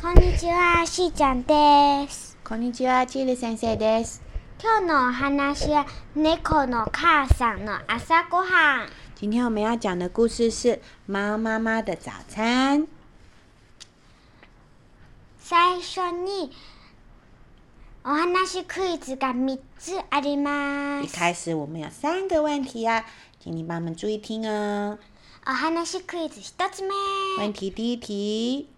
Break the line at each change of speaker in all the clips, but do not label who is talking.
こんにちは、しーちゃんです。
こんにちは、チリ先生です。
今日のお話は猫の母さんの朝ごはん。
今天我们要讲的故事是《猫妈妈的早餐》。
最初にお話クイズが3つありま
一
す。
开始我们有三个问题啊，请你帮我们注意听哦。
お話クイズ1つ
问
目。
题第一题，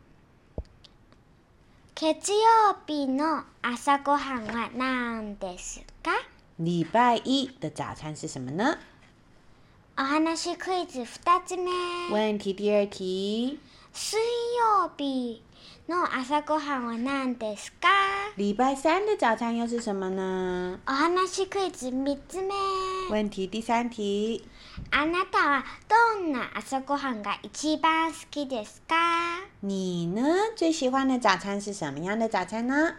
月曜日の朝ごはんは何ですか
礼拜一的早餐是什么呢？
お話クイズ2つ目。
问题第二题，
水曜日の朝ごはんは何ですか
礼拜三的早餐又是什么呢？
お話クイズ3つ目。
问题第三题，
あなたはどんな朝ごはんが一番好きですか
你呢最喜欢的早餐是什么样的早餐呢？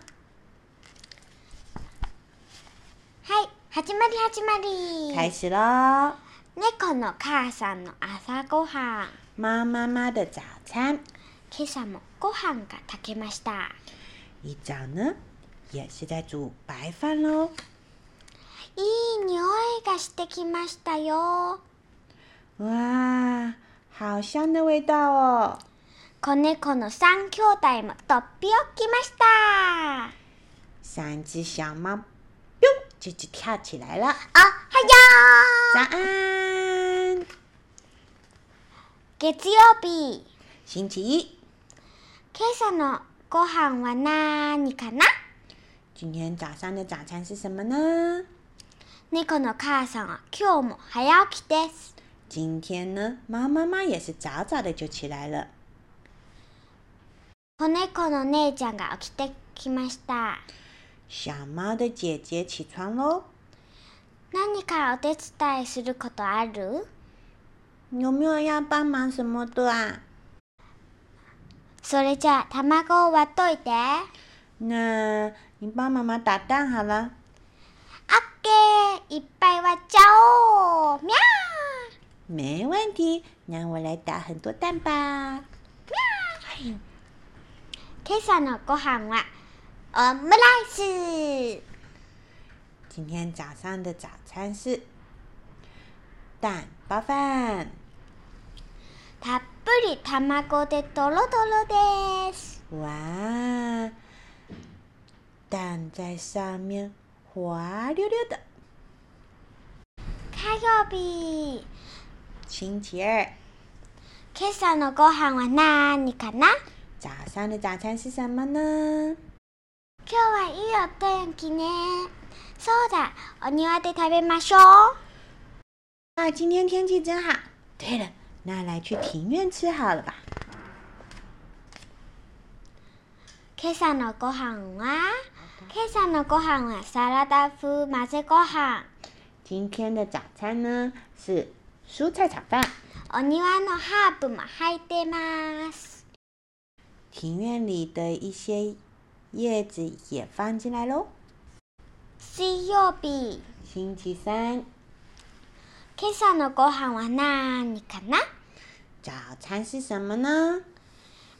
はい、始まり始ま
开
り。
始喽！
猫の母さんの朝ごはん。
猫妈妈的早餐，
今朝もご飯が炊けました。
一早呢也是在煮白饭喽。
いい匂いがしてきましたよ。
哇，好香的味道哦！
子猫の三兄弟も突飛をきました。
三只小猫，咻，就就跳起来了。
おはよう
早安，
月曜日。
星期一，
今朝のご飯は何かな
今天早上的早餐是什么呢？
猫の母さんは今日も早起きです。
今天呢，猫妈妈也是早早的就起来了。
子猫の姉ちゃんが起きてきました。
小猫的姐姐起床喽，
何かお手伝いすることある
有没有要帮忙什么的啊？
それじゃあ卵を割っといて。オッ
那你帮妈妈打蛋好了。
ケーいっぱい割っちゃおうみゃ
没问题，那我来打很多蛋吧。
ー今朝のご飯はオムライス
今天早上的早餐是蛋包饭。
たっぷり卵でドロドロです。
哇，蛋在上面滑溜溜的。
火曜日。
星期二
今朝のご飯は何かな
早上的早餐是什么呢？
今日はいいお天気ね。そうだ、お庭で食べましょう。
啊，今天天气真好。对了，那来去庭院吃好了吧？
今朝のご飯は今朝のご飯はサラダ風混ぜご飯
今天的早餐呢是蔬菜炒饭。
お庭のハーブも入ってます
庭院里的一些叶子也放进来喽。
水曜日
星期三
今朝のご飯は何かなあ
早餐是什么呢？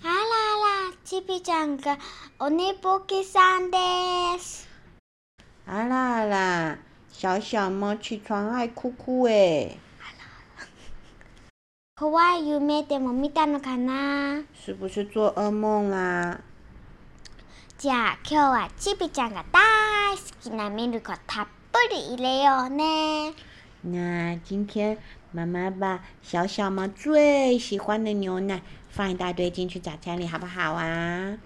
らあらちびちゃんがお寝ぼけさんです
啊啦啦，小小猫起床爱哭哭诶，
怖い夢でも見たのかな
是不是做噩梦啦？
じゃあ今日はちびちゃんが大好きなミルクをたっぷり入れようね
那今天妈妈把小小猫最喜欢的牛奶放一大堆进去早餐里，好不好啊？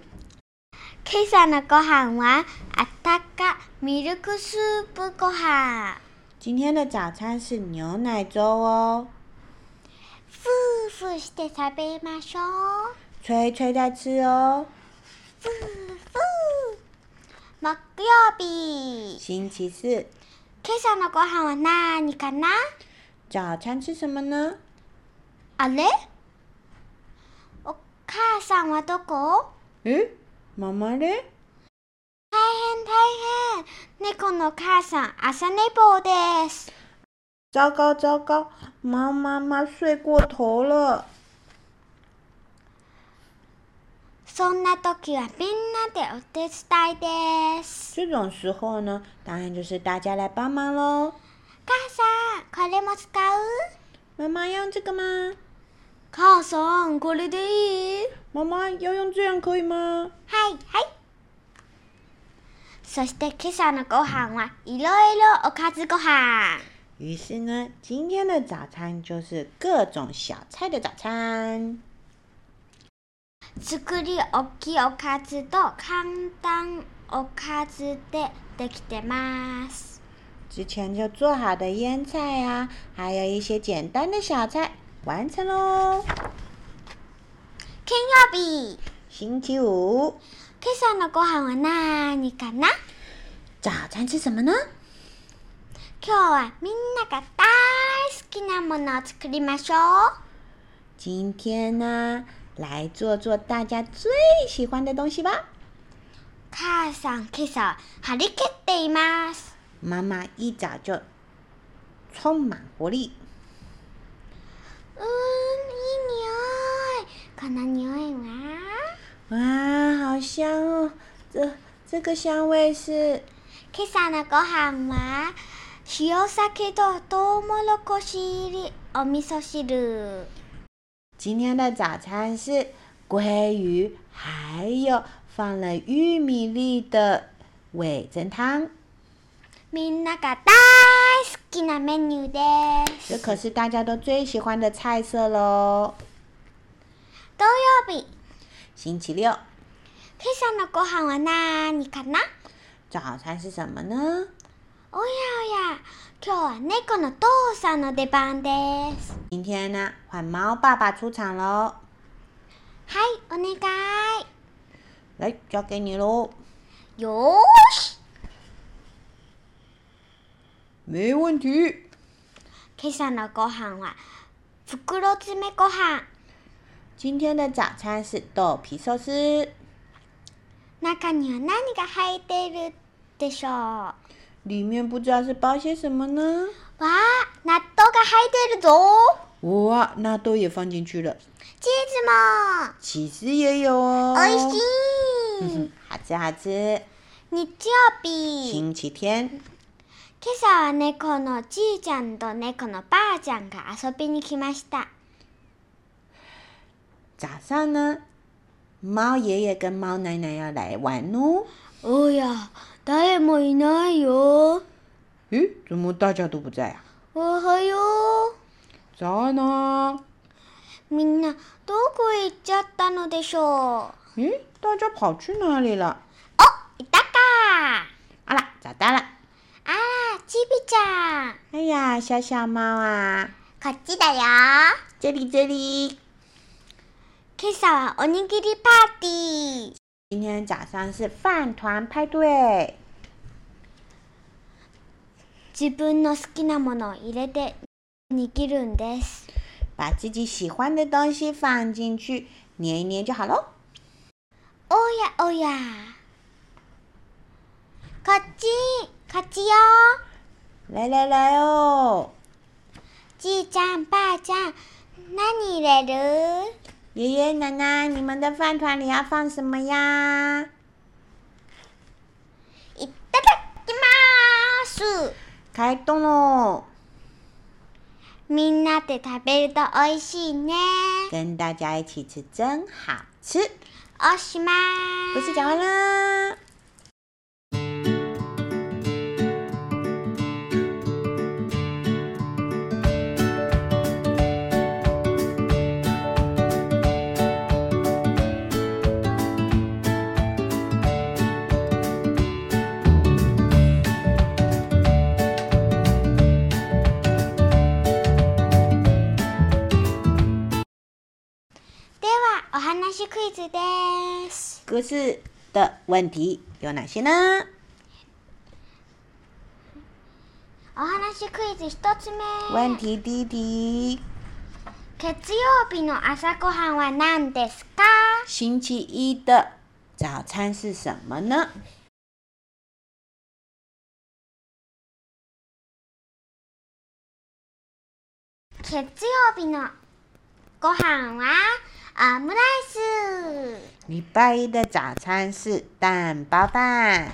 今朝のご飯はあったかミルクスープご飯
今天的早餐是牛奶粥哦。
夫婦くして食べましょう。
吹吹再吃哦。
ふうふう。木曜日。
星期四
今朝のご飯は何かな
早餐吃什么呢？
あれお母さんはどこ
嗯，妈妈嘞？
大変大変。猫の母さん、朝寝坊です。
糟糕糟糕，猫妈妈睡过头了。
そんな時はみんなでお手伝いです。
这种时候呢，当然就是大家来帮忙喽。
母さん、これも使う
妈妈要用这个吗？
母さん、これでいい
妈妈要用这样可以吗？
はいはい。そして今朝のご飯はいろいろおかずご飯。
于是呢，今天的早餐就是各种小菜的早餐。
作り大きいおかずと簡単おかずでできてます。
之前就做好的腌菜啊，还有一些简单的小菜，完成喽。
金曜日
星期五
今朝のご飯は何かな
早餐吃什么呢？
今日はみんなが大好きなものを作りましょう。
今天呢，来做做大家最喜欢的东西吧。
母さん、今朝は張り切っています。
妈妈一早就充满活力。
うーん、いい匂い。この匂いは
哇，好香哦！这这个香味是
今朝のご飯は塩酒とトウモロコシ入りお味噌汁
今天的早餐是鲑鱼，还有放了玉米粒的味噌汤。
みんなが大好きなメニューです
这可是大家都最喜欢的菜色喽。
土曜日
星期六
今朝のご飯は何かな
早餐是什么呢？
おやおや今日は猫の父さんの出番です
今天呢，换猫爸爸出场喽。
はいお願い
来，交给你喽。
よーし
没问题。
今朝のご飯は袋詰めご飯
今天的早餐是豆皮寿司、
中には何が入っているでしょう
里面不知道是包些什么呢？
わあ、納豆が入っているぞ
哇，纳豆也放进去了，
チーズ
起司也有哦。
も美味し
嗯哼
い
好吃好吃。
日曜日今
星期天，
朝は猫のじいちゃんと猫のばあちゃんが遊びに来ました
早上呢，猫爷爷跟猫奶奶要来玩哦。
おや、誰もいないよ
咦，怎么大家都不在啊？
おはよ
早安啊！
うみんなどこへ行っちゃったのでしょう
咦，大家跑去哪里了？
お、いたか
啊啦，找到了！
あら、ちびちゃん
哎呀，小小猫啊，
こっちだよ
这里这里。
今朝はおにぎりパーティー
今天早上是饭团派对，
自分の好きなものを入れて握るんです
把自己喜欢的东西放进去，捏一捏就好喽。
おやおやこっちこっちよ
来来来哦，
じいちゃんばあちゃん何入れる
爷爷奶奶，你们的饭团里要放什么呀？
いただきます
开动喽！
みんなで食べるとおいしいね
跟大家一起吃真好吃，
おしま
故
い
事讲完啦。
お話クイズです。
故事的问题有哪些呢？
お話クイズ一つ目。
问题第一题：
月曜日の朝ごはんは何ですか
星期一的早餐是什么呢？
月曜日のご飯はオムライス。
礼拜一的早餐是蛋包饭。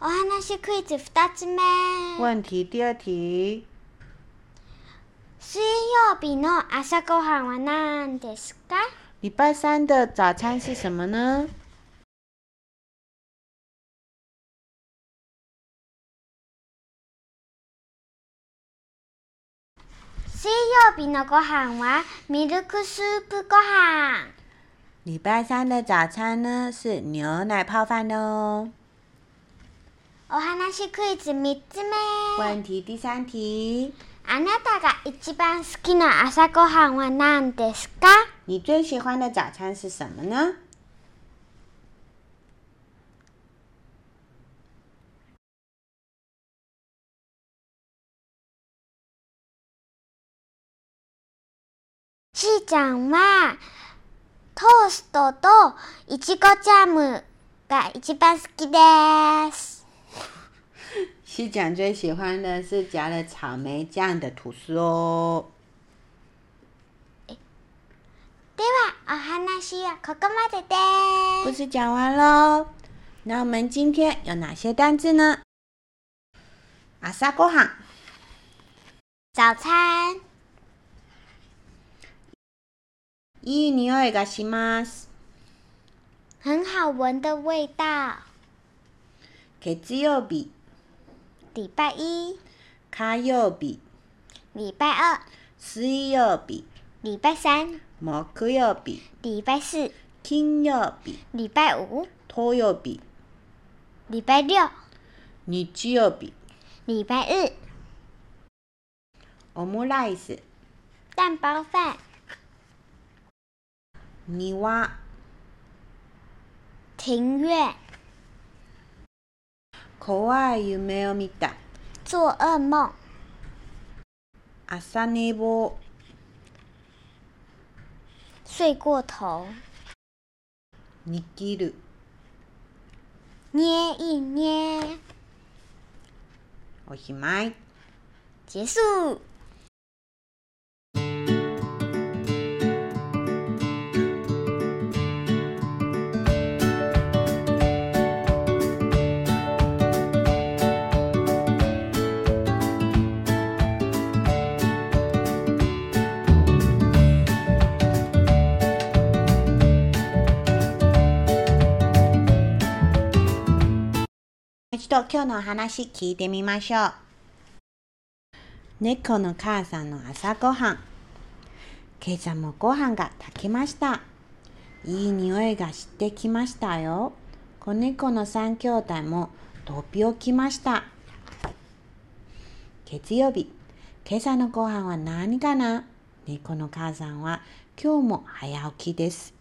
お話クイズ二つ目。
问题第二题：
水曜日の朝ごはんは何ですか
礼拜三的早餐是什么呢？
水曜日のご飯はミルクスープご飯。
礼拜三的早餐呢是牛奶泡饭的哦。
お話クイズ三つ目。
问题第三题：
あなたが一番好きな朝ごはんは何ですか
你最喜欢的早餐是什么呢？
しーちゃんはトーストといちごジャムが一番好きです。
西讲最喜欢的是加了草莓酱的吐司哦。
ではお話はここまで
故
です。
事讲完喽，那我们今天有哪些单字呢？阿萨ごはん、
早餐、
いい匂いがします。
很好闻的味道。
月曜日、
礼拜一、
火曜日、
礼拜二、
水曜日、
礼拜三、
木曜日、
礼拜四、
金曜日、
礼拜五、
土曜日、
礼拜六、
日曜日。
礼拜日、
オムライス、
蛋包饭、
庭、
庭院、
怖い夢を見た、
做噩梦、
朝寝坊、
睡过头、
握る、
捏一捏。
おしまい。
结束。
一度今日のお話聞いてみましょう。猫の母さんの朝ごはん。今朝もご飯が炊けました。いい匂いがしてきましたよ。子猫の三兄弟も飛び起きました。月曜日、今朝のご飯は何かな猫の母さんは今日も早起きです。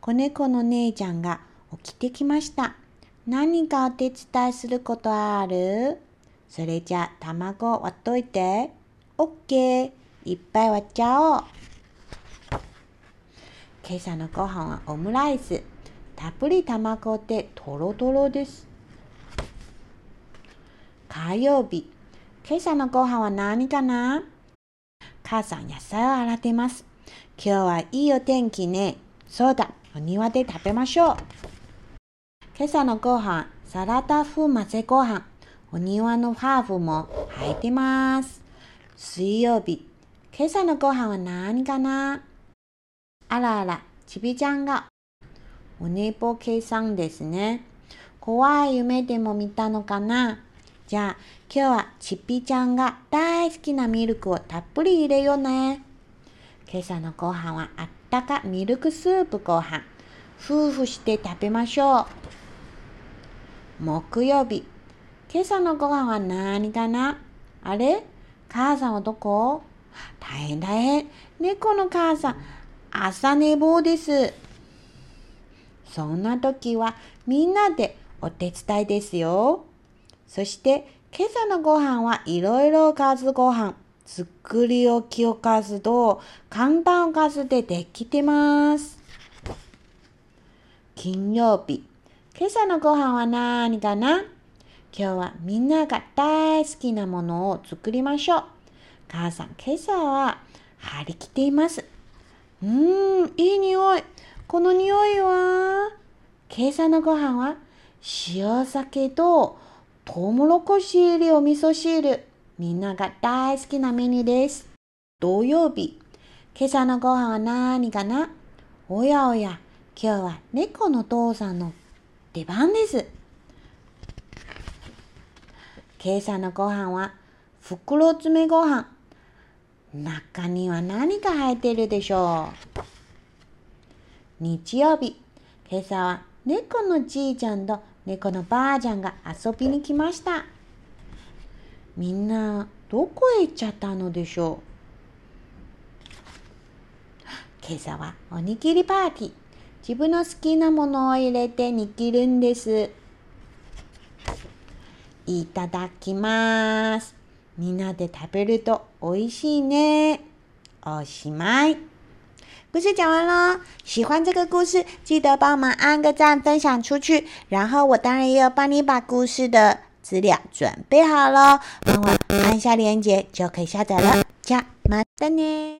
子猫の姉ちゃんが起きてきました。何かお手伝いすることあるそれじゃあ卵を割っといて。オッケー。いっぱい割っちゃおう。今朝のご飯はオムライス。たっぷり卵でとろとろです。火曜日。今朝のご飯は何かな母さん野菜を洗ってます。今日はいいお天気ね。そうだ、お庭で食べましょう。今朝のご飯、サラダ風混ぜご飯。お庭のハーブも入ってます。水曜日、今朝のご飯は何かなあらあら、ちびちゃんがお寝ぼけさんですね。怖い夢でも見たのかなじゃあ、今日はちびちゃんが大好きなミルクをたっぷり入れようね。今朝のご飯はあったかミルクスープご飯。夫婦して食べましょう。木曜日。今朝のご飯は何かなあれ母さんはどこ大変大変。猫の母さん、朝寝坊です。そんな時はみんなでお手伝いですよ。そして今朝のご飯はいろいろおかずご飯。作り置きおかずと簡単おかずでできてます。金曜日。今朝のご飯は何かな今日はみんなが大好きなものを作りましょう。母さん、今朝は張り切っています。うーん、いい匂い。この匂いは今朝のご飯は塩酒とトウモロコシ入りお味噌汁。みんなが大好きなメニューです。土曜日。今朝のご飯は何かなおやおや、今日は猫の父さんの出番です。今朝のご飯は袋詰めご飯。中には何が入っているでしょう日曜日、今朝は猫のじいちゃんと猫のばあちゃんが遊びに来ました。みんなどこへ行っちゃったのでしょう今朝はおにぎりパーティー。自分の好きなものを入れて握るんです。いただきます。みんなで食べると美味しいね。おしまい。故事讲完喽，喜欢这个故事，记得帮忙按个赞，分享出去。然后我当然也有帮你把故事的资料准备好喽，帮我按下链接就可以下载了。じゃあまたね。